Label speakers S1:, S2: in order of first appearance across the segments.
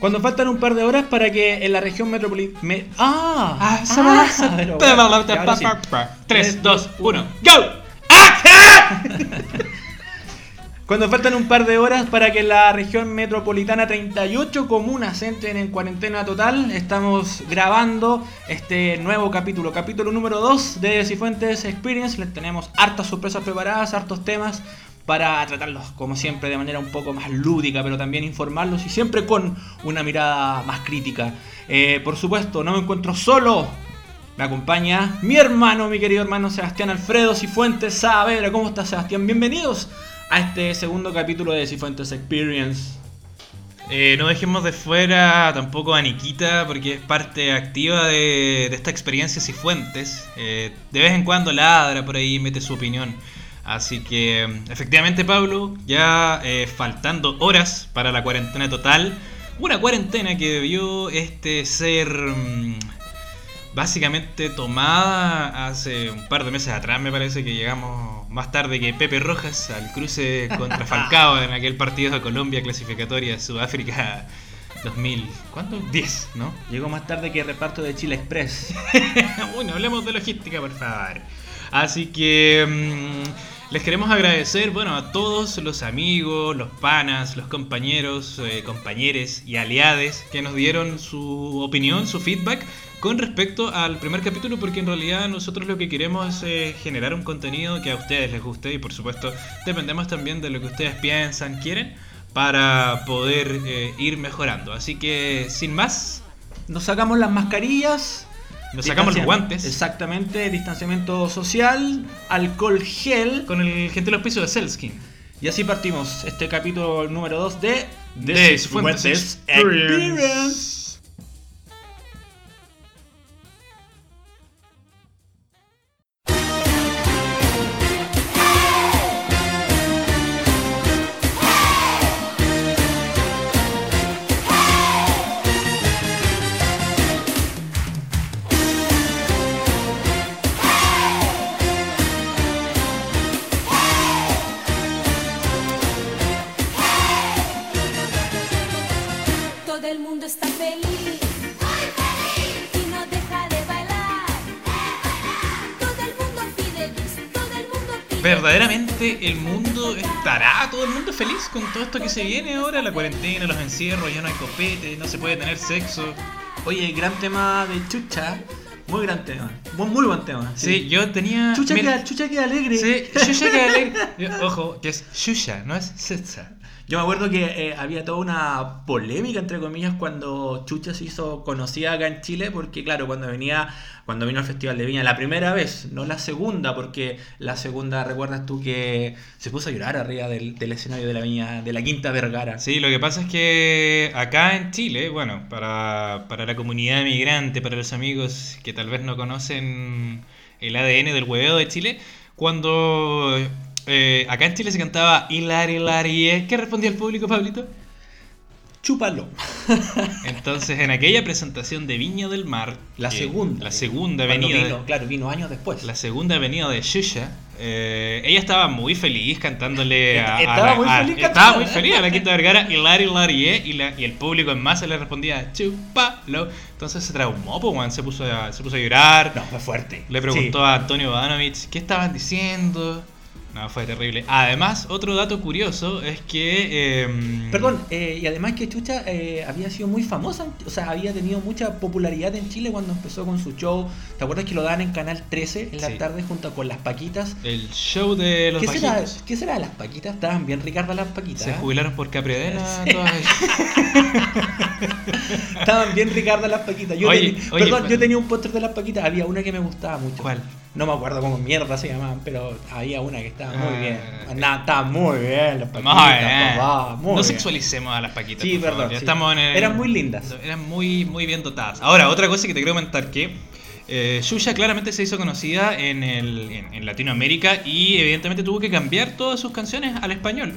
S1: Cuando faltan un par de horas para que en la región metropolitana. ¡Ah!
S2: Ah,
S1: ah,
S2: ah,
S1: pero
S2: pa-
S1: bueno,
S2: pa-
S1: ya, ahora
S2: pa-
S1: sí.
S2: pa- pa- Tres, dos, uno.
S1: ¡Go! ¡Acción! Cuando faltan un par de horas para que la región metropolitana 38 comunas entren en cuarentena total, estamos grabando este nuevo capítulo, capítulo número 2 de Cifuentes Experience. Les tenemos hartas sorpresas preparadas, hartos temas para tratarlos, como siempre, de manera un poco más lúdica, pero también informarlos y siempre con una mirada más crítica. Eh, por supuesto, no me encuentro solo, me acompaña mi hermano, mi querido hermano Sebastián Alfredo Cifuentes Saavedra. ¿Cómo estás, Sebastián? Bienvenidos a este segundo capítulo de Cifuentes Experience.
S2: Eh, no dejemos de fuera tampoco a Nikita, porque es parte activa de, de esta experiencia Cifuentes. Eh, de vez en cuando ladra por ahí y mete su opinión. Así que, mm, efectivamente, Pablo, ya eh, faltando horas para la cuarentena total. Una cuarentena que debió este, ser mm, básicamente tomada hace un par de meses atrás, me parece que llegamos más tarde que Pepe Rojas al cruce contra Falcao en aquel partido de Colombia clasificatoria Sudáfrica 2000. ¿Cuánto? 10, ¿no?
S1: Llegó más tarde que el reparto de Chile Express.
S2: bueno, hablemos de logística, por favor. Así que mm, les queremos agradecer, bueno, a todos los amigos, los panas, los compañeros, eh, compañeres y aliades que nos dieron su opinión, su feedback con respecto al primer capítulo, porque en realidad nosotros lo que queremos es eh, generar un contenido que a ustedes les guste y por supuesto dependemos también de lo que ustedes piensan, quieren, para poder eh, ir mejorando. Así que sin más,
S1: Nos sacamos las mascarillas.
S2: nos sacamos los
S1: distancia-
S2: guantes.
S1: Exactamente, distanciamiento social, alcohol gel.
S2: Con el gentil auspicio de Selskin.
S1: Y así partimos este capítulo número 2 de
S2: De
S1: Cifuentes
S2: Cifuentes
S1: Experience.
S3: Todo el mundo está feliz. Muy feliz. Y no deja de bailar. Todo el mundo pide bis, todo el mundo pide
S2: Verdaderamente el mundo estará todo el mundo feliz con todo esto que se viene ahora, la cuarentena, los encierros, ya no hay copete, no se puede tener sexo.
S1: Oye, gran tema de Chucha. Muy gran tema. Muy, muy buen tema.
S2: Sí, yo tenía.
S1: Chucha,
S2: mira,
S1: queda, chucha queda alegre.
S2: Sí, Shusha que alegre. Yo- Ojo, que es Shusha, no es Setsa.
S1: Yo me acuerdo que eh, había toda una polémica, entre comillas, cuando Chucha se hizo conocida acá en Chile, porque claro, cuando venía, cuando vino al Festival de Viña, la primera vez, no la segunda, porque la segunda, recuerdas tú que se puso a llorar arriba del, del escenario de la Viña, de la Quinta Vergara.
S2: Sí, lo que pasa es que acá en Chile, bueno, para, para la comunidad migrante, para los amigos que tal vez no conocen el ADN del hueveo de Chile, cuando eh, acá en Chile se cantaba Hilar, Hilar, Hié, ¿qué respondía el público, Pablito?
S1: Chúpalo.
S2: Entonces, en aquella presentación de Viña del Mar,
S1: La
S2: que-
S1: segunda.
S2: la segunda
S1: Cuando
S2: avenida,
S1: vino, claro, vino años después.
S2: la segunda avenida de Xuxa, eh, ella estaba muy feliz cantándole a, a
S1: Estaba
S2: la-
S1: muy
S2: a-
S1: feliz
S2: estaba
S1: cantando.
S2: muy feliz a la Quinta Vergara, Hilari Hilari eh, y, la- y el público en masa le respondía chupalo. Entonces se traumó, po, weón, se puso a, se puso a llorar.
S1: No, fue fuerte.
S2: Le preguntó a Antonio Badanovich qué estaban diciendo. No, fue terrible. Además, otro dato curioso es que. em,
S1: Perdón, eh, y además que Chucha eh, había sido muy famosa, en- o sea, había tenido mucha popularidad en Chile cuando empezó con su show. ¿Te acuerdas que lo daban en Canal 13 en la
S2: Sí.
S1: tarde junto con las Paquitas?
S2: El show de los
S1: ¿Qué será,
S2: bajitos.
S1: ¿Qué será de las Paquitas? Estaban bien Ricardo las Paquitas.
S2: Se
S1: ¿eh?
S2: jubilaron por Capredena todas ellas.
S1: Estaban bien Ricardo las Paquitas. Yo
S2: Oye,
S1: teni-
S2: oye,
S1: perdón,
S2: pero-
S1: yo tenía un póster de las Paquitas, había una que me gustaba mucho.
S2: ¿Cuál?
S1: No me acuerdo cómo mierda se llamaban, pero había una que estaba muy
S2: Ah,
S1: bien.
S2: eh.
S1: Nada, estaba muy bien las Paquitas,
S2: Vamos a ver, eh.
S1: papá, muy
S2: no
S1: bien.
S2: sexualicemos a las paquitas.
S1: Sí,
S2: por favor,
S1: perdón,
S2: ya
S1: sí.
S2: Estamos en el-
S1: Eran muy lindas.
S2: Eran muy, muy bien dotadas. Ahora, otra cosa que te quiero comentar que eh, Yuya claramente se hizo conocida en, el- en- en Latinoamérica y evidentemente tuvo que cambiar todas sus canciones al español.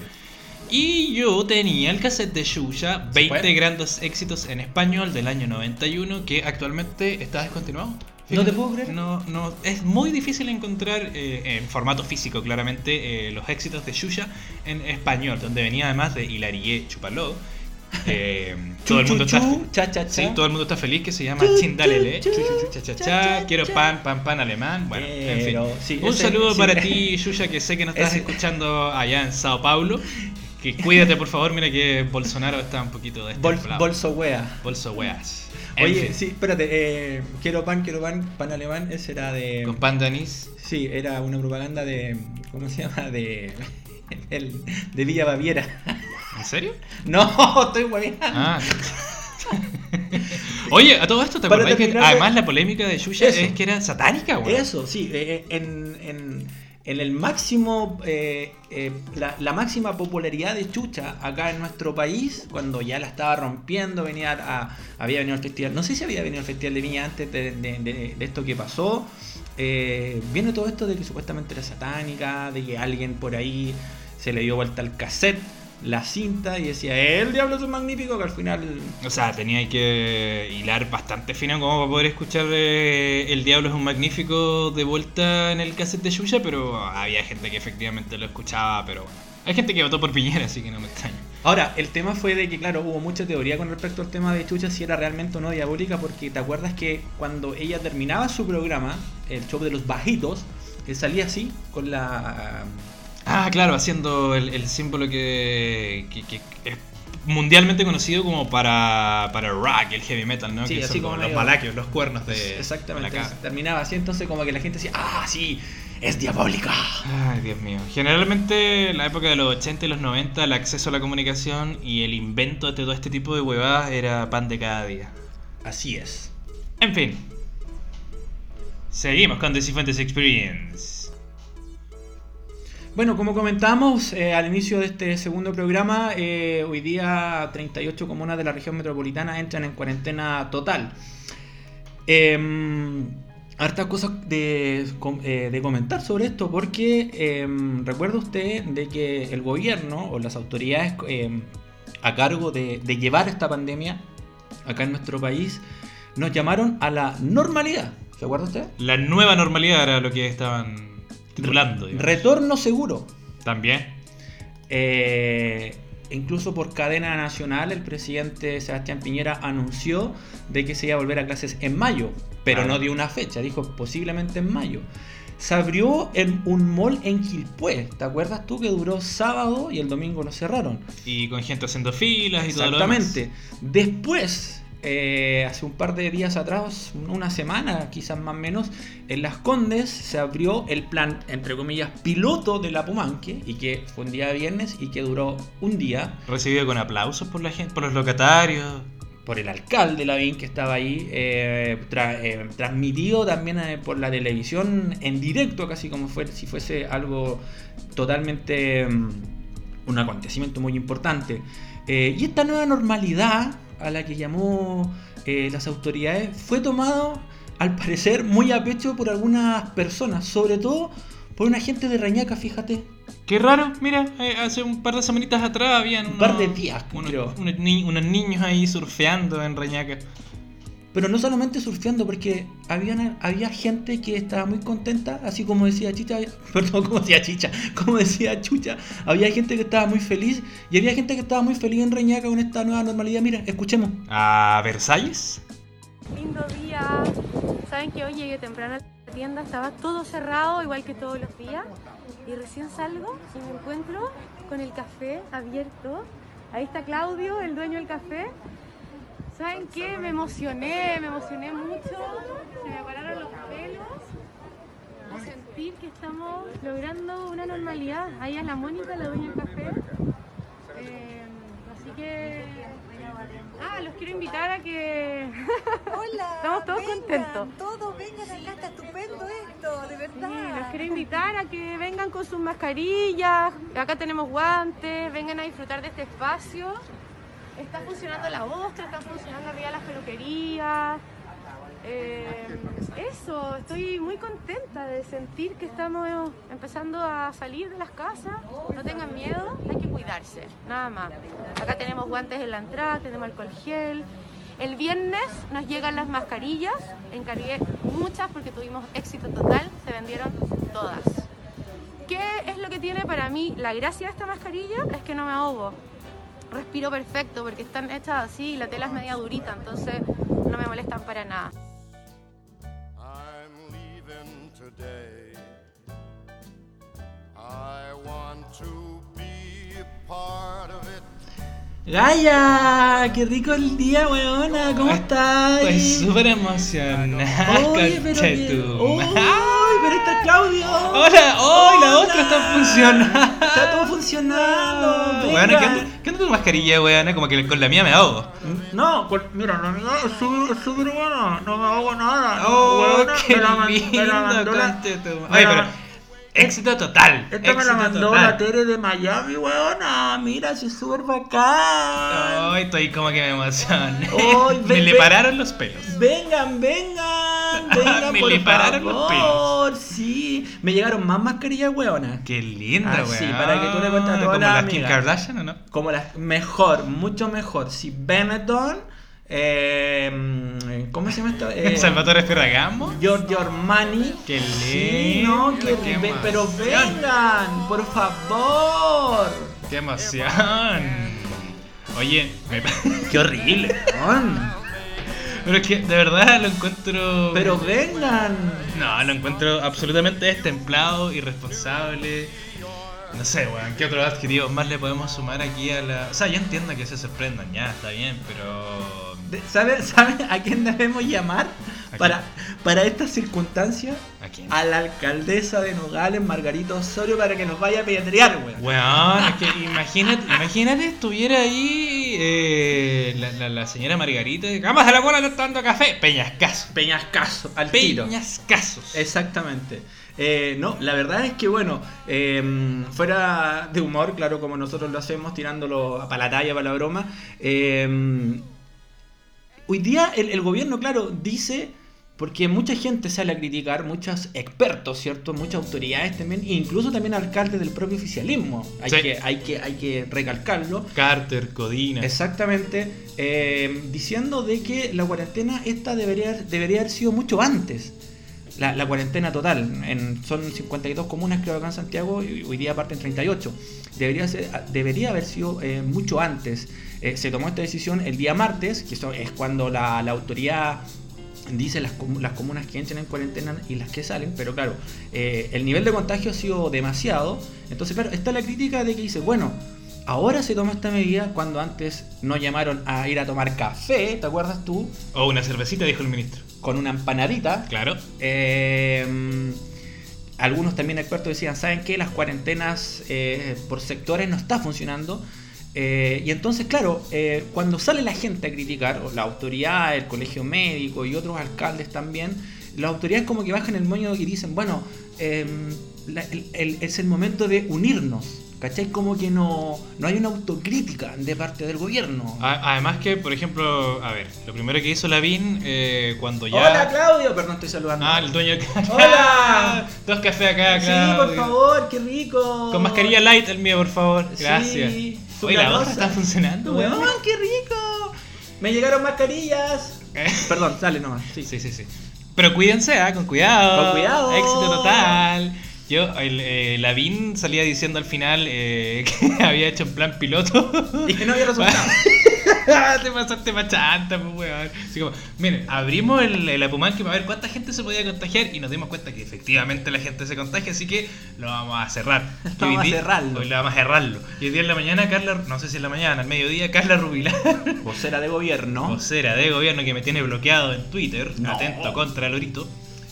S2: Y yo tenía el cassette de Yuya,
S1: ¿Se
S2: 20
S1: puede?
S2: grandes éxitos en español del año 91, que actualmente está descontinuado.
S1: No te puedo creer.
S2: No, no, es muy difícil encontrar eh, en formato físico, claramente, eh, los éxitos de Yuya en español, donde venía además de Hilarie Chupaló, Eh,
S1: Chu,
S2: todo el
S1: chu,
S2: mundo está.
S1: chu, cha, cha, cha.
S2: Sí, todo el mundo está feliz que se llama
S1: Chu, chu,
S2: Chindalele.
S1: chu,
S2: Chu, chu, chu, cha, cha, cha.
S1: cha,
S2: Quiero
S1: cha.
S2: pan, pan, pan alemán. Bueno, en fin.
S1: Pero, sí,
S2: Un
S1: ese-
S2: saludo
S1: sí.
S2: para ti, Yuya, que sé que nos estás
S1: Ese-
S2: escuchando allá en Sao Paulo. Que cuídate, por favor. Mira que Bolsonaro está un poquito de
S1: Bol- bolso wea.
S2: Bolso weas. En
S1: Oye,
S2: fin,
S1: sí, espérate. eh, quiero pan, quiero pan, pan alemán. Ese era de.
S2: Con pan de anís.
S1: Sí, era una propaganda de. ¿Cómo se llama? De. el- de Villa Baviera.
S2: ¿En serio?
S1: No, estoy hueveando.
S2: Ah. Oye, a todo esto, ¿te
S1: Para
S2: acordás que
S1: terminar de-
S2: además la polémica de Yuya
S1: Eso.
S2: es que era satánica, güey?
S1: Eso, sí. eh, eh, en, en- en el máximo. eh, eh, la, la máxima popularidad de Chucha acá en nuestro país, cuando ya la estaba rompiendo, venía a, había venido al festival. No sé si había venido al festival de Viña antes de, de- de- de esto que pasó. Eh, viene todo esto de que supuestamente era satánica, de que alguien por ahí se le dio vuelta al cassette, la cinta, y decía, el diablo es un magnífico, que al final.
S2: O sea, tenía que hilar bastante fino como para poder escuchar eh, El Diablo es un Magnífico de vuelta en el cassette de Yuya, pero había gente que efectivamente lo escuchaba, pero bueno. Hay gente que votó por Piñera, así que no me extraño.
S1: Ahora, el tema fue de que, claro, hubo mucha teoría con respecto al tema de Chucha, si era realmente o no diabólica, porque te acuerdas que cuando ella terminaba su programa, el show de los bajitos, que salía así, con la...
S2: Ah, claro, haciendo el, el símbolo que, que- que es mundialmente conocido como para, para rock, el heavy metal, ¿no?
S1: Sí,
S2: que
S1: así
S2: son
S1: como
S2: los
S1: medio-
S2: balaquios, los cuernos de
S1: Exactamente,
S2: de la cabra.
S1: terminaba así, entonces como que la gente decía, ah, sí, es diabólica.
S2: Ay, Dios mío. Generalmente, en la época de los 80 y los 90, el acceso a la comunicación y el invento de todo este tipo de huevadas era pan de cada día.
S1: Así es.
S2: En fin. Seguimos con The Cifuentes Experience.
S1: Bueno, como comentamos eh, al inicio de este segundo programa, eh, hoy día 38 comunas de la región metropolitana entran en cuarentena total. Em, hartas cosas de, com- eh, de comentar sobre esto, porque em, recuerda usted de que el gobierno o las autoridades em, a cargo de, de llevar esta pandemia acá en nuestro país nos llamaron a la normalidad. ¿Se acuerda usted?
S2: La nueva normalidad era lo que estaban titulando. digamos.
S1: Retorno seguro.
S2: También.
S1: Eh, incluso por cadena nacional, el presidente Sebastián Piñera anunció de que se iba a volver a clases en mayo, pero
S2: Claro.
S1: no dio una fecha, dijo posiblemente en mayo. Se abrió en un mall en Quilpué, ¿te acuerdas tú que duró sábado y el domingo lo cerraron?
S2: Y con gente haciendo filas y todo lo demás.
S1: Exactamente. Después, eh, hace un par de días atrás, una semana quizás más o menos, en Las Condes se abrió el plan, entre comillas, piloto de la Pumanque, y que fue un día de viernes y que duró un día
S2: Recibido con aplausos por la gente, por los locatarios.
S1: por el alcalde Lavín que estaba ahí, eh, tra- eh, transmitido también eh, por la televisión en directo, casi como fue, si fuese algo totalmente mm, un acontecimiento muy importante. Eh, y esta nueva normalidad a la que llamó eh, las autoridades fue tomado al parecer muy a pecho por algunas personas, sobre todo por una gente de Rañaca, fíjate.
S2: Qué raro, mira, eh, hace un par de semanitas atrás habían
S1: Un par
S2: unos-
S1: de días,
S2: unos,
S1: creo.
S2: unos ni- unos niños ahí surfeando en Reñaca.
S1: Pero no solamente surfeando, porque había, había gente que estaba muy contenta, así como decía Chicha, perdón, como decía Chicha, como decía Chucha, había gente que estaba muy feliz y había gente que estaba muy feliz en Reñaca con esta nueva normalidad. Mira, escuchemos.
S2: ¿A Versalles?
S4: Lindo día. Saben que hoy llegué temprano a la tienda, estaba todo cerrado, igual que todos los días. Y recién salgo y me encuentro con el café abierto. Ahí está Claudio, el dueño del café. ¿Saben qué? Me emocioné, me emocioné mucho. Se me pararon los pelos. A sentir que estamos logrando una normalidad. Ahí a la Mónica, la dueña del café. Eh, así que. Ah, los quiero invitar a que
S5: Hola.
S4: Estamos todos
S5: vengan,
S4: contentos.
S5: Todos vengan acá, está estupendo esto, de
S4: Sí,
S5: verdad.
S4: los quiero invitar a que vengan con sus mascarillas. Acá tenemos guantes, vengan a disfrutar de este espacio. Está funcionando la ostra, están funcionando arriba las peluquerías. Eh, eso, estoy muy contenta de sentir que estamos empezando a salir de las casas. No tengan miedo, hay que cuidarse, nada más. Acá tenemos guantes en la entrada, tenemos alcohol gel. El viernes nos llegan las mascarillas, encargué muchas porque tuvimos éxito total, se vendieron todas. ¿Qué es lo que tiene para mí la gracia de esta mascarilla? Es que no me ahogo. respiro perfecto porque están hechas así y la tela es media durita, entonces no me molestan para nada.
S6: I'm leaving today. I want to be a part of it.
S1: ¡Gaya! ¡Qué rico el día, weona! ¿Cómo estás?
S2: Estoy súper emocionada,
S1: Ah, Oye, pero Oh. que-
S2: conchetum.
S1: ¡Ay, pero está Claudio!
S2: Hola, hoy la otra está
S1: Hola.
S2: funcionando.
S1: Está todo funcionando.
S2: Weona, ¿qué
S1: venga.
S2: onda- ¿qué onda tu mascarilla, weona? Como que con la mía me ahogo.
S1: No, con- mira, la mía es súper, es súper buena. No me hago nada.
S2: Oh,
S1: Weona,
S2: qué
S1: me la man- me la
S2: lindo,
S1: mandó la-
S2: conchetum.
S1: me
S2: Oye,
S1: la
S2: pero
S1: man-
S2: éxito total.
S1: Esta me la
S2: éxito
S1: mandó
S2: total.
S1: la Tere de Miami, weona. Mira, si es súper bacán.
S2: Ay, estoy como que me emocioné.
S1: Ay,
S2: me
S1: ve-
S2: le
S1: ve-
S2: pararon los pelos.
S1: Vengan, vengan, vengan,
S2: Me
S1: por
S2: le pararon los
S1: favor. Sí, me llegaron más mascarillas, weona.
S2: Qué linda,
S1: Ah,
S2: weón.
S1: sí, para que tú le cuentes a todas
S2: Como
S1: las
S2: Kim
S1: amigas.
S2: Kardashian, ¿o no?
S1: Como las mejor, mucho mejor. Si Benetton, eh, ¿cómo se llama esto? Eh,
S2: Salvatore Ferragamo.
S1: Giorgio Armani.
S2: Qué
S1: Sí,
S2: lindo,
S1: no, que
S2: qué
S1: ve- pero
S2: emoción.
S1: vengan, por favor.
S2: ¡Qué emoción! Oye, me... qué horrible. Pero es que de verdad lo encuentro.
S1: Pero vengan.
S2: No, lo encuentro absolutamente destemplado, irresponsable. No sé, weón, ¿qué otros adjetivos más le podemos sumar aquí a la. O sea, yo entiendo que se sorprendan, ya, está bien, pero.
S1: De- ¿Sabe, sabe a quién debemos llamar
S2: quién?
S1: para, para esta circunstancia?
S2: ¿A quién?
S1: A la alcaldesa de Nogales, Margarita Osorio, para que nos vaya a pedrear, weón.
S2: Weón, es que imagínate, imagínate estuviera ahí eh, la, la- la señora Margarita. Vamos a la bola, no está dando café. Peñascaso.
S1: Peñascaso, al tiro.
S2: Peñascasos.
S1: Exactamente. Eh, no, la verdad es que, bueno, eh, fuera de humor, claro, como nosotros lo hacemos, tirándolo para la talla, para la broma. eh, hoy día el, el gobierno, claro, dice, porque mucha gente sale a criticar, muchos expertos, ¿cierto? Muchas autoridades también, e incluso también alcaldes del propio oficialismo. Hay,
S2: Sí.
S1: que, hay, que, hay que recalcarlo.
S2: Carter, Codina.
S1: Exactamente, eh, diciendo de que la cuarentena esta debería, debería haber sido mucho antes. La, la cuarentena total, en, son 52 comunas creo acá en Santiago y hoy día parten 38. Debería, ser, ah, debería haber sido eh, mucho antes. Eh, se tomó esta decisión el día martes, que eso es cuando la, la autoridad dice las, comu- las comunas que entran en cuarentena y las que salen, pero claro, eh, el nivel de contagio ha sido demasiado. Entonces, claro, está la crítica de que dice, bueno, ahora se toma esta medida cuando antes no llamaron a ir a tomar café, ¿te acuerdas tú?
S2: O una cervecita, dijo el ministro.
S1: Con una empanadita.
S2: Claro.
S1: Eh, algunos también expertos decían, ¿saben qué? Las cuarentenas eh, por sectores no está funcionando. Eh, y entonces, claro, eh, cuando sale la gente a criticar, o la autoridad, el colegio médico y otros alcaldes también, las autoridades como que bajan el moño y dicen, bueno, eh, la- el- el- es el momento de unirnos. ¿Cachai? Como que no, no hay una autocrítica de parte del gobierno.
S2: A- además que, por ejemplo, a ver, lo primero que hizo Lavín eh, cuando ya...
S1: Hola Claudio, perdón, estoy saludando.
S2: Ah, el dueño de
S1: Hola.
S2: Dos cafés acá,
S1: sí,
S2: Claudio.
S1: por favor, qué rico.
S2: Con mascarilla light el mío, por favor. Gracias.
S1: Sí,
S2: Oye, la
S1: Supla
S2: otra
S1: rosa.
S2: está funcionando,
S1: Weón,
S2: weón.
S1: qué rico. Me llegaron mascarillas.
S2: Eh.
S1: Perdón, sale nomás. Sí.
S2: Sí, sí, sí. Pero cuídense, ah, con cuidado.
S1: Con cuidado.
S2: Éxito total. Yo, el, eh, Lavín salía diciendo al final eh, que había hecho un plan piloto.
S1: Y que no había resultado.
S2: Te pasaste machanta, pues, weón. Así como, miren, abrimos el, el Apumanque para ver cuánta gente se podía contagiar y nos dimos cuenta que efectivamente la gente se contagia, así que lo vamos a cerrar. Y hoy
S1: Vamos a
S2: día-
S1: cerrarlo.
S2: Hoy lo vamos a cerrarlo. Y el día en la mañana, Carla, no sé si en la mañana, al mediodía, Carla Rubilar,
S1: Vocera de gobierno.
S2: vocera de gobierno que me tiene bloqueado en Twitter,
S1: No.
S2: atento contra Lorito,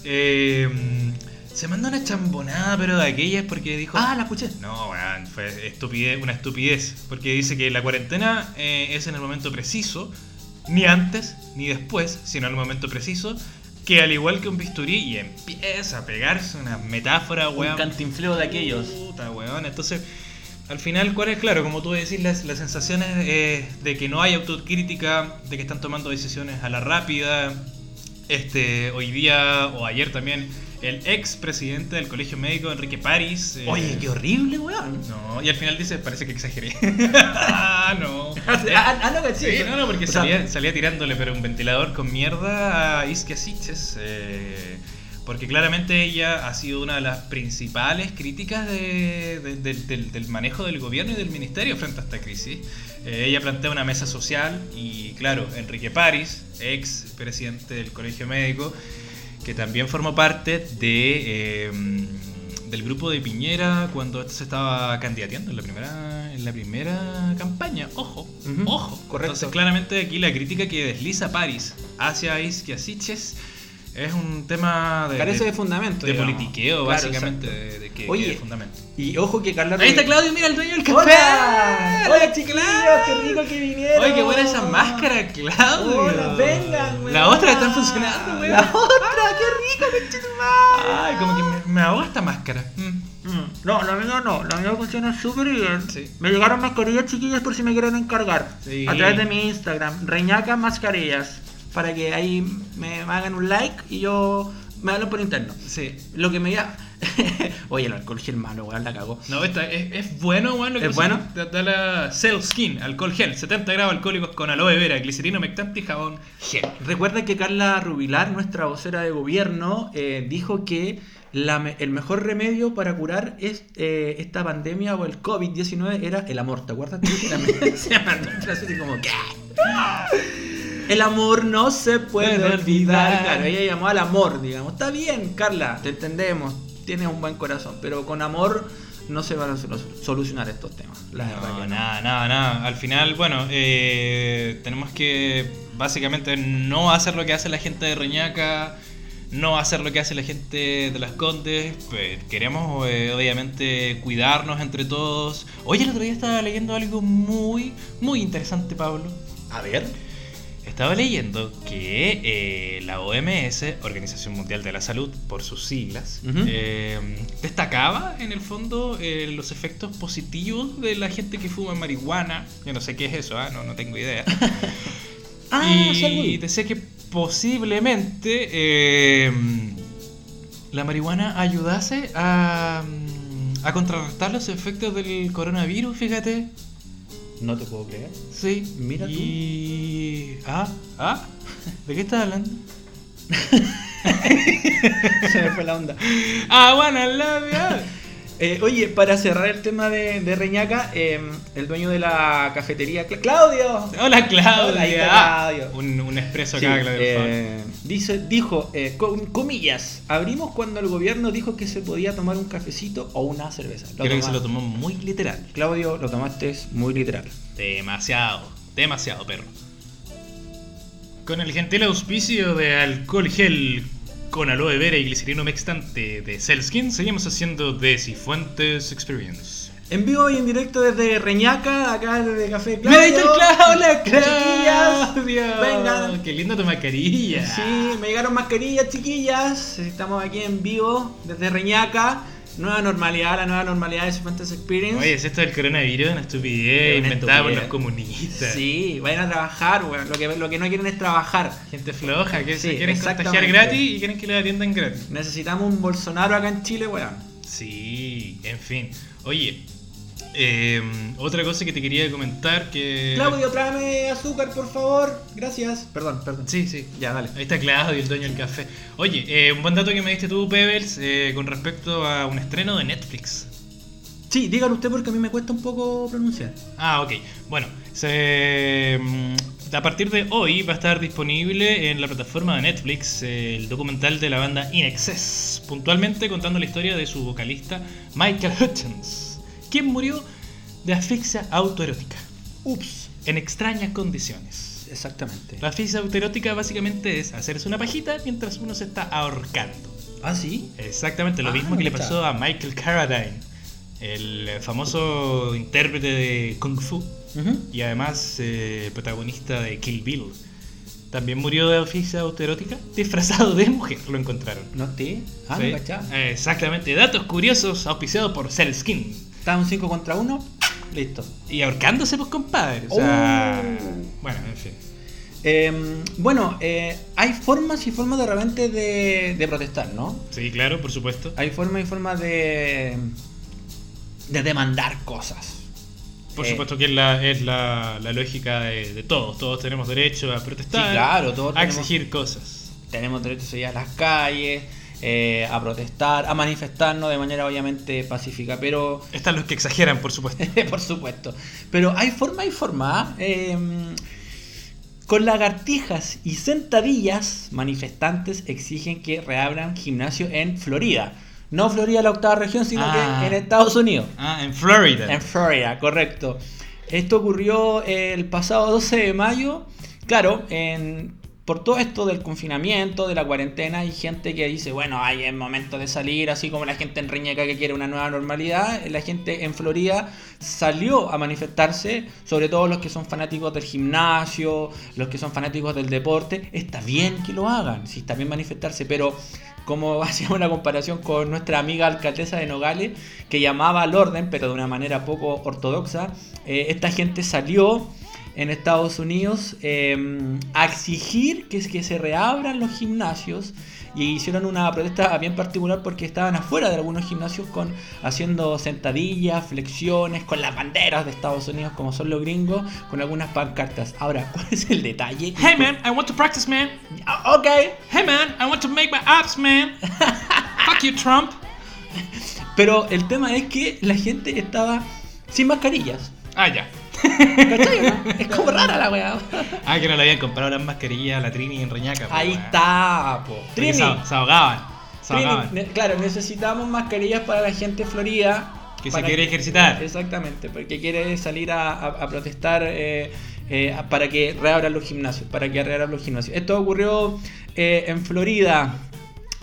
S2: eh, se mandó una chambonada, pero de aquellas porque dijo...
S1: Ah, la escuché.
S2: No, weón, fue estupidez, una estupidez. Porque dice que la cuarentena eh, es en el momento preciso, ni antes ni después, sino en el momento preciso, que al igual que un bisturí, y empieza a pegarse una metáfora,
S1: Un
S2: weón.
S1: cantinfleo de aquellos.
S2: Puta, weón. Entonces, al final, ¿cuál es? Claro, como tú decís, las, las sensaciones eh, de que no hay autocrítica, de que están tomando decisiones a la rápida. Este, hoy día o ayer también, el ex presidente del Colegio Médico, Enrique París. eh,
S1: Oye, qué horrible, weón.
S2: no, y al final dice, parece que exageré. ah, no.
S1: Ah, ah, no,
S2: Sí, no, no, porque
S1: O sea,
S2: salía, salía tirándole, pero un ventilador con mierda a Isquiasiches. Eh, Porque claramente ella ha sido una de las principales críticas de- de- del- del- del manejo del gobierno y del ministerio frente a esta crisis. Eh, ella plantea una mesa social y, claro, Enrique París, ex presidente del Colegio Médico, que también formó parte de, eh, del grupo de Piñera cuando este se estaba candidateando en la primera, en la primera campaña. Ojo,
S1: Ujú,
S2: ojo.
S1: correcto.
S2: Entonces, claramente aquí la crítica que desliza París hacia Isquiasiches es un tema de,
S1: Carece de
S2: de,
S1: fundamento.
S2: de
S1: digamos. Claro,
S2: politiqueo, básicamente,
S1: exacto.
S2: de, de que,
S1: Oye,
S2: que de fundamento.
S1: Y ojo que Carla
S2: Ahí está
S1: Rubilar-
S2: Claudio, mira el dueño del café.
S1: ¡Hola! ¡Hola chiquillos!
S2: Claro.
S1: ¡Qué rico que vinieron!
S2: Oye, qué buena esa máscara, Claudio.
S1: Hola, vengan,
S2: La
S1: weón.
S2: otra está funcionando, weón.
S1: ¡La otra! ¡Qué rico, conchetumare!
S2: Ay, como que me, me ahoga esta máscara. Mm.
S1: No, la mía no, la mía funciona súper bien.
S2: Sí.
S1: Me llegaron mascarillas chiquillas por si me quieren encargar.
S2: Sí.
S1: A través de mi Instagram, Reñaca Mascarillas. Para que ahí me hagan un like y yo me hablan por interno.
S2: Sí.
S1: Lo que me diga. Oye, el alcohol gel malo, weón, la cagó.
S2: No, esta es, es bueno, bueno.
S1: ¿Es bueno?
S2: Da, da la Cell Skin, alcohol gel, 70 grados alcohólicos con aloe vera, glicerina humectante y jabón gel.
S1: Recuerda que Carla Rubilar, nuestra vocera de gobierno, eh, dijo que la me- el mejor remedio para curar es, eh, esta pandemia o el COVID-19 era el amor. ¿Te acuerdas? tú? También se mandó un frase así como, "¿Qué?". El amor no se puede
S2: Puede
S1: olvidar.
S2: olvidar.
S1: Claro, ella llamó al amor, digamos. Está bien, Carla, te entendemos. Tienes un buen corazón, pero con amor no se van a solu- solucionar estos temas. La verdad que
S2: No,
S1: no.
S2: nada, nada, nada. Al final, bueno, eh, tenemos que básicamente no hacer lo que hace la gente de Reñaca, no hacer lo que hace la gente de Las Condes. Pues, queremos, eh, obviamente, cuidarnos entre todos. Oye, el otro día estaba leyendo algo muy, muy interesante, Pablo.
S1: A ver.
S2: Estaba leyendo que eh, la OMS, Organización Mundial de la Salud, por sus siglas,
S1: Ujú.
S2: eh, destacaba en el fondo eh, los efectos positivos de la gente que fuma marihuana. Yo no sé qué es eso, ah, no, no tengo idea.
S1: Ah, sí, algo
S2: y
S1: vi.
S2: decía que posiblemente eh, la marihuana ayudase a, mm, a contrarrestar los efectos del coronavirus, fíjate.
S1: No te puedo creer.
S2: Sí.
S1: Mira tú.
S2: y... Ah, ah. ¿De qué estás hablando?
S1: se me fue la onda.
S2: Ah, bueno, labia.
S1: Eh, oye, para cerrar el tema de, de Reñaca, eh, el dueño de la cafetería, Cla- Claudio,
S2: Hola, Claudia.
S1: Hola, ahí está Claudio.
S2: Un, un expreso
S1: Sí,
S2: acá, Claudio. por favor.
S1: eh, dice, dijo, eh, con- comillas, abrimos cuando el gobierno dijo que se podía tomar un cafecito o una cerveza. Lo
S2: Creo que se
S1: toma-
S2: lo tomó muy literal.
S1: Claudio, lo tomaste muy literal.
S2: Demasiado, demasiado, perro. Con el gentil auspicio de alcohol gel con aloe vera y glicerina mextante de Cellskin, seguimos haciendo The Cifuentes Experience.
S1: En vivo y en directo desde Reñaca, acá desde Café Claudio.
S2: ¡Mira, ahí está el Clau! ¡Hola,
S1: Chiquillas,
S2: Claudio!
S1: vengan.
S2: ¡Qué linda tu mascarilla!
S1: Sí, me llegaron mascarillas, chiquillas. Estamos aquí en vivo desde Reñaca. Nueva normalidad, la nueva normalidad de Fantasy Experience.
S2: Oye, si esto del coronavirus es una estupidez
S1: Es una
S2: inventada por
S1: estupidez.
S2: los comunistas.
S1: sí, vayan a trabajar, weón. Lo que, lo que no quieren es trabajar.
S2: Gente floja, que se
S1: Sí,
S2: quieren contagiar
S1: exactamente.
S2: gratis y quieren que le atiendan gratis.
S1: Necesitamos un Bolsonaro acá en Chile, weón.
S2: Sí, en fin. Oye, eh, otra cosa que te quería comentar que...
S1: Claudio, tráeme azúcar, por favor. Gracias. Perdón, perdón.
S2: Sí, sí.
S1: Ya, dale.
S2: Ahí está Claudio, el dueño del café. Oye, eh, un buen dato que me diste tú, Pebbles, eh, con respecto a un estreno de Netflix.
S1: Sí, dígalo usted porque a mí me cuesta un poco pronunciar.
S2: Ah, ok. Bueno, se, mm, a partir de hoy va a estar disponible en la plataforma de Netflix eh, el documental de la banda In Excess, puntualmente contando la historia de su vocalista Michael Hutchins, quien murió de asfixia autoerótica
S1: Ups.
S2: en extrañas condiciones.
S1: Exactamente.
S2: La asfixia autoerótica básicamente es hacerse una pajita mientras uno se está ahorcando.
S1: Ah, sí.
S2: Exactamente, lo
S1: Ah,
S2: mismo
S1: no
S2: que le
S1: cachaba.
S2: pasó a Michael Carradine, el famoso intérprete de Kung Fu
S1: Ujú.
S2: y además eh, protagonista de Kill Bill. También murió de asfixia autoerótica disfrazado de mujer, lo encontraron.
S1: No te. Ah,
S2: Sí. Eh,
S1: no cachaba.
S2: Exactamente, datos curiosos auspiciados por Cell Skin.
S1: Estaba un 5 contra 1. Listo.
S2: Y ahorcándose, pues compadre. O sea,
S1: Oh.
S2: Bueno, en fin.
S1: Eh, bueno, eh, hay formas y formas de repente de, de protestar, ¿no?
S2: Sí, claro, por supuesto.
S1: Hay formas y formas de, de demandar cosas.
S2: Por
S1: Eh,
S2: supuesto que es la, es la, la lógica de, de todos. Todos tenemos derecho a protestar,
S1: Sí, claro, todos
S2: a
S1: tenemos-
S2: exigir cosas.
S1: Tenemos derecho a salir a las calles, eh, a protestar, a manifestarnos de manera obviamente pacífica, pero
S2: Están los que exageran, por supuesto.
S1: por supuesto. Pero hay forma, hay forma. ¿eh? Eh, con lagartijas y sentadillas, manifestantes exigen que reabran gimnasio en Florida. No Florida, la octava región, sino
S2: Ah.
S1: que en Estados Unidos.
S2: Ah, en Florida.
S1: En Florida, correcto. Esto ocurrió el pasado 12 de mayo. Claro, en- por todo esto del confinamiento, de la cuarentena, hay gente que dice, bueno, hay es momento de salir, así como la gente en Reñeca que quiere una nueva normalidad. La gente en Florida salió a manifestarse, sobre todo los que son fanáticos del gimnasio, los que son fanáticos del deporte. Está bien que lo hagan, sí, está bien manifestarse, pero como hacíamos una comparación con nuestra amiga alcaldesa de Nogales, que llamaba al orden, pero de una manera poco ortodoxa, eh, esta gente salió en Estados Unidos eh, a exigir que, que se reabran los gimnasios y hicieron una protesta bien particular porque estaban afuera de algunos gimnasios con haciendo sentadillas, flexiones, con las banderas de Estados Unidos como son los gringos, con algunas pancartas. Ahora, ¿cuál es el detalle?
S2: Hey man, I want to practice man.
S1: Ah, Ok,
S2: Hey man, I want to make my abs man. Fuck you Trump.
S1: Pero el tema es que la gente estaba sin mascarillas.
S2: Ah, ya.
S1: ¿Cachai? o no? es como rara la weá.
S2: Ah, que no le habían comprado las mascarillas a la Trini en Reñaca. po,
S1: Ahí
S2: weón.
S1: está, po.
S2: Porque
S1: Trini.
S2: Se, ahog- se ahogaban. Se
S1: Trini,
S2: ahogaban.
S1: ne- claro, necesitamos mascarillas para la gente de Florida.
S2: Que se
S1: para
S2: quiere ejercitar.
S1: Exactamente, porque quiere salir a, a- a protestar eh, eh, a- para que reabran los gimnasios. Para que reabran los gimnasios. Esto ocurrió eh, en Florida.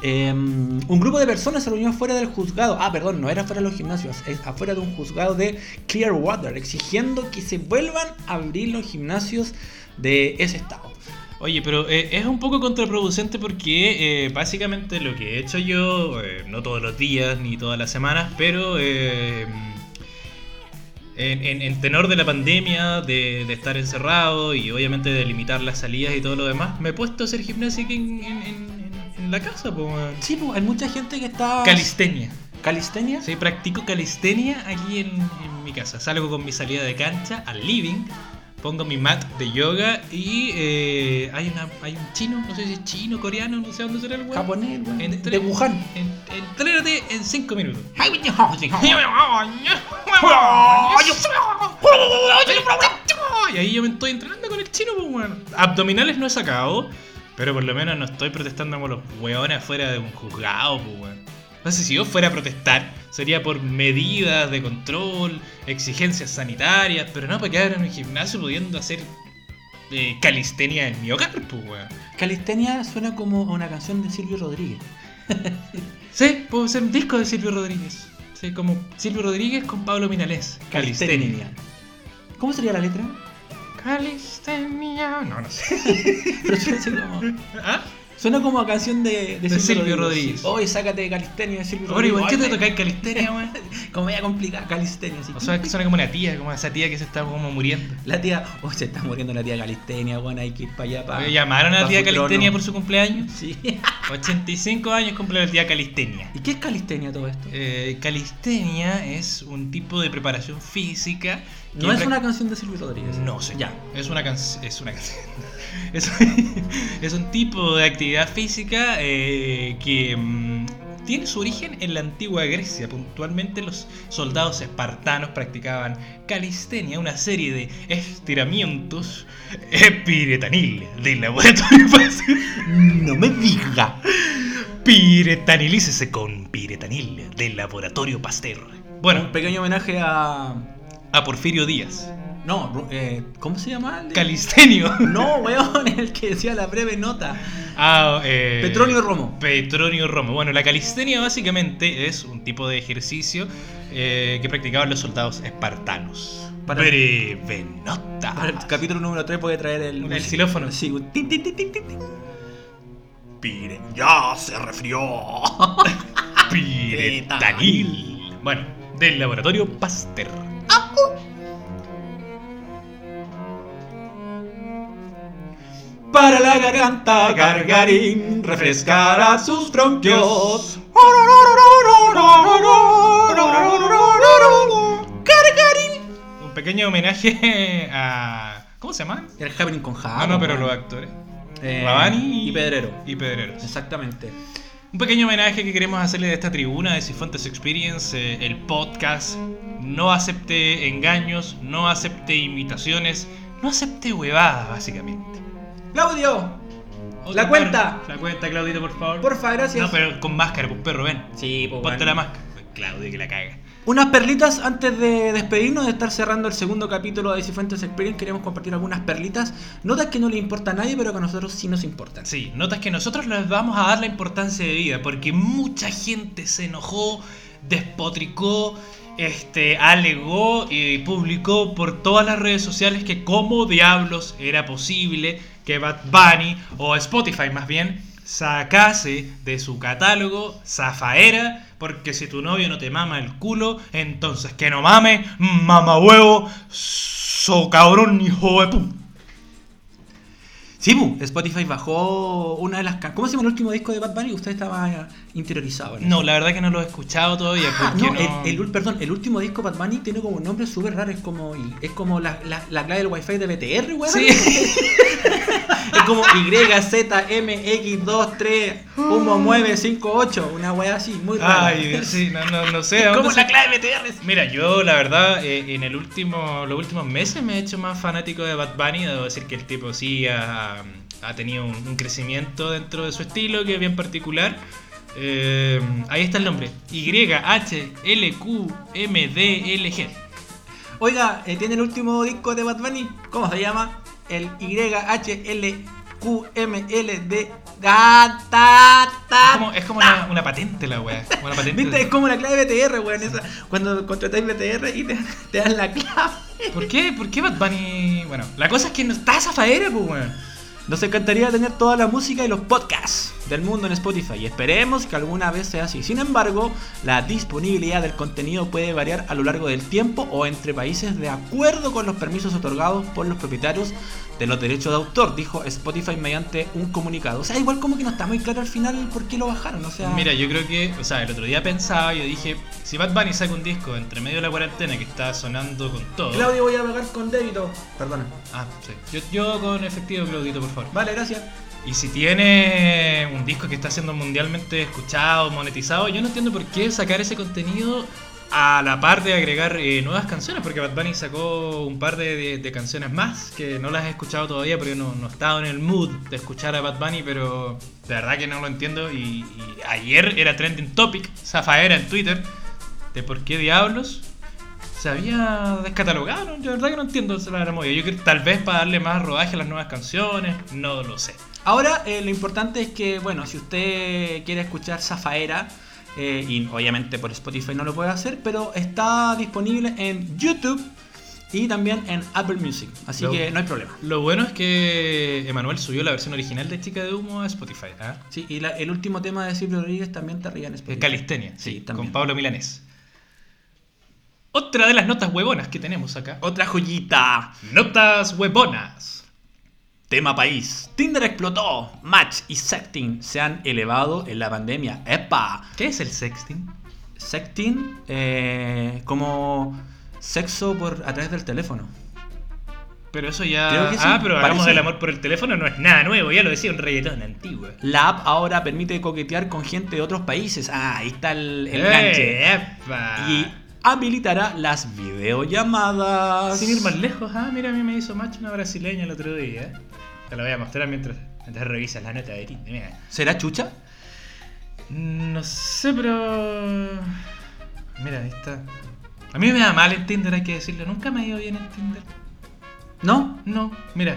S1: Eh, un grupo de personas se reunió afuera del juzgado. Ah, perdón, no era afuera de los gimnasios, es afuera de un juzgado de Clearwater, exigiendo que se vuelvan a abrir los gimnasios de ese estado.
S2: Oye, pero eh, es un poco contraproducente porque eh, básicamente lo que he hecho yo, eh, no todos los días ni todas las semanas, pero eh, en, en- en tenor de la pandemia, de, de estar encerrado y obviamente de limitar las salidas y todo lo demás, me he puesto a hacer gimnasia aquí en, en- en- en la casa, po, weón.
S1: Sí, pues, hay mucha gente que está.
S2: Calistenia.
S1: ¿Calistenia?
S2: Sí, practico calistenia aquí en, en mi casa. Salgo con mi salida de cancha al living, pongo mi mat de yoga y eh, hay, una, hay un chino, no sé si es chino, coreano, no sé dónde será el weón.
S1: japonés, weón,
S2: En-
S1: de Wuhan.
S2: en- Entrénate en 5 minutos. Y ahí yo me estoy entrenando con el chino, pues, weón. Abdominales no he sacado, pero por lo menos no estoy protestando como los weones afuera de un juzgado, pues, weón. No sé si yo fuera a protestar, sería por medidas de control, exigencias sanitarias, pero no para quedar en un gimnasio pudiendo hacer eh, calistenia en mi hogar, pues, weón.
S1: Calistenia suena como a una canción de Silvio Rodríguez.
S2: Sí, puedo hacer un disco de Silvio Rodríguez. Sí, como Silvio Rodríguez con Pablo Minalés.
S1: Calistenia. ¿Cómo sería la letra?
S2: Calistenia. No, no sé.
S1: Pero suena, así como,
S2: ¿Ah?
S1: suena como a canción de, de
S2: De Silvio Rodríguez.
S1: Hoy sácate de calistenia de Silvio
S2: Ahora, igual,
S1: Rodríguez.
S2: ¿qué te
S1: Ay,
S2: tocáis calistenia, weón?
S1: Comedia complicada, calistenia. así.
S2: O sea, que suena como una tía, como esa tía que se está como muriendo.
S1: La tía, oh, se está muriendo la tía calistenia, bueno, hay que ir para allá para.
S2: Oye, ¿Llamaron a la
S1: pa
S2: tía
S1: su trono.
S2: Calistenia por su cumpleaños?
S1: Sí.
S2: 85 años cumple la tía Calistenia.
S1: ¿Y qué es calistenia todo esto?
S2: Eh, calistenia es un tipo de preparación física. que
S1: no es
S2: prac-
S1: una canción de Silvio Rodríguez.
S2: No, señor.
S1: Ya.
S2: Es una canción. Es una canción. es, es un tipo de actividad física eh, que mm, tiene su origen en la antigua Grecia. Puntualmente, los soldados espartanos practicaban calistenia, una serie de estiramientos epiretanil del laboratorio fácil.
S1: No me diga.
S2: Piretanilícese con piretanil del laboratorio Pasteur. Bueno,
S1: Un pequeño homenaje a.
S2: a Porfirio Díaz.
S1: No, Ru- eh, ¿cómo se llama? el de-
S2: Calistenio.
S1: No, weón, el que decía la breve nota.
S2: Ah, eh,
S1: Petronio Romo.
S2: Petronio Romo. Bueno, la calistenia básicamente es un tipo de ejercicio eh, que practicaban los soldados espartanos.
S1: Para-
S2: Breve nota.
S1: Para el capítulo número 3 puede traer el,
S2: El xilófono.
S1: Sí, un tin, tin, tin, tin, tin, tin.
S6: Pire, ya se refrió.
S2: Ah, Piretanil. Bueno, del laboratorio Pasteur.
S1: Para la garganta, gargarín, refrescará sus bronquios.
S2: Un pequeño homenaje a. ¿Cómo se llama?
S1: El happening con Java.
S2: Ah, no, pero
S1: weón.
S2: los actores.
S1: Eh,
S2: Rabani
S1: y Pedrero.
S2: Y Pedreros.
S1: Exactamente.
S2: Un pequeño homenaje que queremos hacerle de esta tribuna de Cifuentes Experience, eh, el podcast. No acepte engaños, no acepte imitaciones, no acepte huevadas, básicamente.
S1: Claudio,
S2: Otro
S1: La cuenta.
S2: perro. La cuenta, Claudito, por favor.
S1: porfa, gracias.
S2: No, pero con máscara, pues perro, ven.
S7: Sí, pues
S2: Ponte
S7: bueno.
S2: la máscara. Claudio, que la caga.
S1: Unas perlitas antes de despedirnos, de estar cerrando el segundo capítulo de Cifuentes Experience, queremos compartir algunas perlitas. Notas que no le importa a nadie, pero que a nosotros sí nos importan.
S2: Sí, notas que nosotros les vamos a dar la importancia de vida, porque mucha gente se enojó, despotricó, este, alegó y publicó por todas las redes sociales que cómo diablos era posible que Bad Bunny, o Spotify más bien, sacase de su catálogo Zafaera, porque si tu novio no te mama el culo, entonces que no mame, mama huevo, so cabrón, hijo de pu.
S1: Sí, bu, Spotify bajó una de las can- ¿Cómo se llama el último disco de Bad Bunny? Usted estaba eh, interiorizado. en
S2: No,
S1: eso.
S2: la verdad que no lo he escuchado todavía.
S1: Ah,
S2: porque
S1: no,
S2: no-
S1: El, el ul- perdón, el último disco Bad Bunny tiene como un nombre súper raro, es como, es como la, la, la clave del wifi de BTR, weón.
S2: Sí.
S1: Es como YZMX23, 1958, una weá así, muy rara.
S2: Ay, sí, no, no, no sé. ¿a
S1: Como
S2: dónde se-
S1: la clave de BTR.
S2: Mira, yo la verdad eh, en el último, los últimos meses me he hecho más fanático de Bad Bunny. Debo decir que el tipo sí ha, ha tenido un, un crecimiento dentro de su estilo que es bien particular. Eh, ahí está el nombre. Y H L Q M D L G.
S1: Oiga, eh, ¿tiene el último disco de Bad Bunny? ¿Cómo se llama? El YHLQMLD. Da, ta, ta.
S2: Es como, es como una, una patente la wea. como Una patente.
S1: ¿Viste? Es como la clave BTR, weón. esa. Cuando contratáis BTR y te, te dan la clave.
S2: ¿Por qué? ¿Por qué Bad Bunny? Bueno, la cosa es que no está zafadera, pues weón.
S1: Nos encantaría tener toda la música y los podcasts del mundo en Spotify y esperemos que alguna vez sea así. Sin embargo, la disponibilidad del contenido puede variar a lo largo del tiempo o entre países de acuerdo con los permisos otorgados por los propietarios de los derechos de autor, dijo Spotify mediante un comunicado. O sea, igual como que no está muy claro al final por qué lo bajaron. O sea,
S2: Mira, yo creo que, o sea, el otro día pensaba, yo dije, si Bad Bunny saca un disco entre medio de la cuarentena que está sonando con todo.
S1: Claudio voy a pagar con débito. Perdona.
S2: Ah, sí. Yo, yo con efectivo, Claudito, por favor.
S1: Vale, gracias.
S2: Y si tiene un disco que está siendo mundialmente escuchado, monetizado, yo no entiendo por qué sacar ese contenido a la par de agregar eh, nuevas canciones, porque Bad Bunny sacó un par de, de- de canciones más que no las he escuchado todavía porque no, no he estado en el mood de escuchar a Bad Bunny, pero de verdad que no lo entiendo. Y, y ayer era trending topic, Zafaera en Twitter, de por qué diablos se había descatalogado. ¿no? Yo de verdad que no entiendo esa la movida. Yo creo que tal vez para darle más rodaje a las nuevas canciones, no lo sé.
S1: Ahora, eh, lo importante es que, bueno, si usted quiere escuchar Zafaera, eh, y obviamente por Spotify no lo puede hacer, pero está disponible en YouTube y también en Apple Music. Así
S2: Lo-
S1: que no hay problema.
S2: Lo bueno es que Emanuel subió la versión original de Chica de Humo a Spotify. ¿ah?
S1: Sí, y la- el último tema de Silvio Rodríguez también está arriba en
S2: Eh,
S1: Spotify.
S2: Calistenia, sí,
S1: Sí, también.
S2: con Pablo Milanés. Otra de las notas huevonas que tenemos acá.
S1: Otra joyita.
S2: Notas huevonas.
S1: Tema país. Tinder explotó. Match y sexting se han elevado en la pandemia. ¡Epa!
S2: ¿Qué es el sexting?
S1: Sexting eh, como sexo por a través del teléfono.
S2: Pero eso ya.
S1: Creo que sí,
S2: ah, pero hagamos
S1: parece.
S2: del amor por el teléfono, no es nada nuevo, ya lo decía un reggaetón antiguo.
S1: La app ahora permite coquetear con gente de otros países. Ah, ahí está el, el
S2: ¡Eh, ¡Ah!
S1: ganche.
S2: epa!
S1: Y habilitará las videollamadas.
S2: Sin ir más lejos, ah, mira, a mí me hizo macho una brasileña el otro día. Te la voy a mostrar mientras, mientras revisas la nota de Tinder. Mira.
S1: ¿Será chucha?
S2: Mm, No sé, pero. Mira, ahí está. A mí me da mal en Tinder, hay que decirlo. Nunca me ha ido bien en Tinder.
S1: ¿No?
S2: No, mira.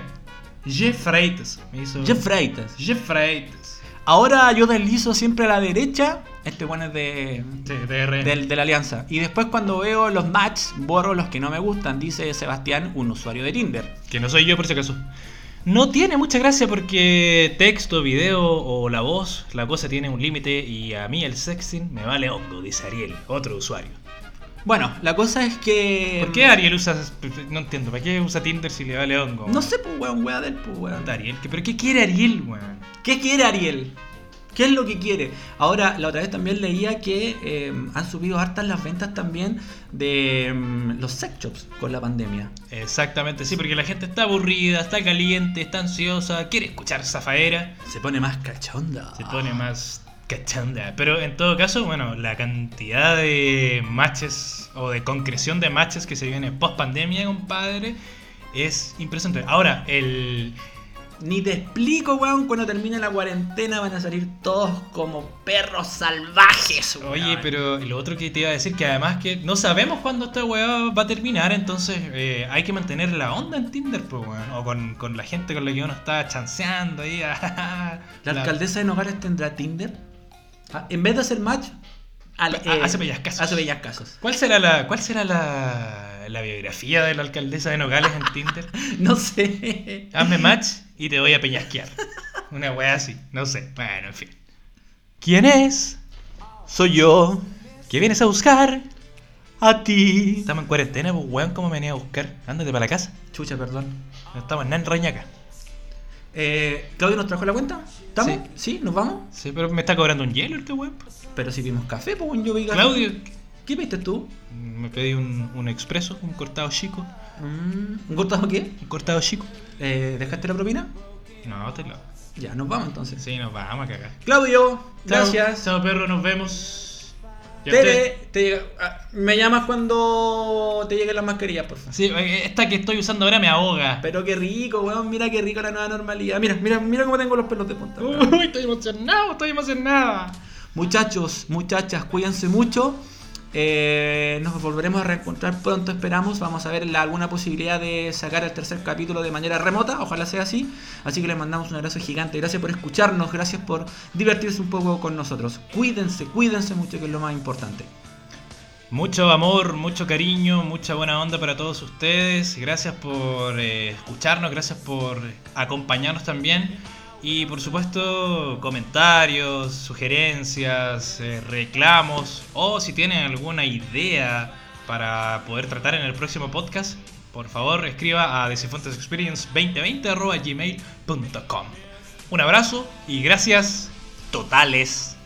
S2: Jeff Freitas me hizo.
S1: Jeff Freitas.
S2: Jeff Freitas.
S1: Ahora yo deslizo siempre a la derecha. Este bueno es de,
S2: Sí, TRN.
S1: del- de la alianza. Y después cuando veo los match, borro los que no me gustan, dice Sebastián, un usuario de Tinder.
S2: Que no soy yo, por si acaso. No tiene mucha gracia porque texto, video o la voz, la cosa tiene un límite y a mí el sexting me vale hongo, dice Ariel, otro usuario.
S1: Bueno, la cosa es que... mm,
S2: ¿Por qué Ariel usa.? No entiendo, ¿para qué usa Tinder si le vale hongo?
S1: No sé, pues weón, weá del pues weón.
S2: Puta, Ariel, ¿qué- ¿pero qué quiere Ariel, weón?
S1: ¿Qué quiere Ariel? ¿Qué es lo que quiere? Ahora, la otra vez también leía que eh, han subido hartas las ventas también de mm, los sex shops con la pandemia.
S2: Exactamente, sí, porque la gente está aburrida, está caliente, está ansiosa, quiere escuchar zafaera,
S1: Se pone más cachonda.
S2: se pone más Cachanda. Pero en todo caso, bueno, la cantidad de matches o de concreción de matches que se viene post pandemia, compadre, es impresionante. Ahora, el.
S1: Ni te explico, weón, cuando termine la cuarentena van a salir todos como perros salvajes, weón.
S2: Oye, pero lo otro que te iba a decir, que además que no sabemos cuándo esta weá va a terminar, entonces eh, hay que mantener la onda en Tinder, pues, weón. O con, con la gente con la que uno está chanceando ahí. La,
S1: ¿La alcaldesa de Nogales tendrá Tinder? Ah, En vez de hacer match, al- eh,
S2: Ha- hace pellizcazos.
S1: Hace pellizcazos.
S2: ¿Cuál será la, cuál será la, la biografía de la alcaldesa de Nogales en Tinder?
S1: No sé.
S2: Hazme match y te voy a peñasquear. Una weá así, no sé. Bueno, en fin. ¿Quién es? Soy yo. ¿Qué vienes a buscar?
S1: A ti.
S2: Estamos en cuarentena, pues weón, ¿cómo me venía a buscar? Ándate para la casa.
S1: Chucha, perdón.
S2: No estamos nada en Reñaca.
S1: Eh, ¿Claudio nos trajo la cuenta? ¿Estamos? ¿Sí? ¿Nos vamos?
S2: Sí, pero me está cobrando un hielo este weón.
S1: Pero si vimos café, pues weón, yo vi café.
S2: Claudio,
S1: ¿Qué viste tú?
S2: me pedí un, un expreso, un cortado chico.
S1: Mm, ¿Un cortazo qué?
S2: Un cortado chico.
S1: Eh, ¿Dejaste la propina?
S2: No, te lo.
S1: Ya, nos vamos entonces.
S2: Sí, nos vamos a cagar.
S1: Claudio, gracias.
S2: Chao, chao, perro, nos vemos. ¿Y a
S1: Tere,
S2: usted?
S1: te llega- ah, me llamas cuando te lleguen las mascarillas, por favor.
S2: Sí, eh, esta que estoy usando ahora me ahoga.
S1: Pero qué rico, weón. Mira qué rico la nueva normalidad. Mira, mira, mira cómo tengo los pelos de punta. weón.
S2: Uy, estoy emocionado, estoy emocionada.
S1: Muchachos, muchachas, cuídense mucho. Eh, nos volveremos a reencontrar pronto, esperamos. Vamos a ver la- alguna posibilidad de sacar el tercer capítulo de manera remota. Ojalá sea así. Así que les mandamos un abrazo gigante. Gracias por escucharnos, gracias por divertirse un poco con nosotros. Cuídense, cuídense mucho, que es lo más importante.
S2: Mucho amor, mucho cariño, mucha buena onda para todos ustedes. Gracias por eh, escucharnos, gracias por acompañarnos también. Y por supuesto, comentarios, sugerencias, eh, reclamos o si tienen alguna idea para poder tratar en el próximo podcast, por favor escriba a decifuentesexperience2020.gmail.com. Un abrazo y gracias totales.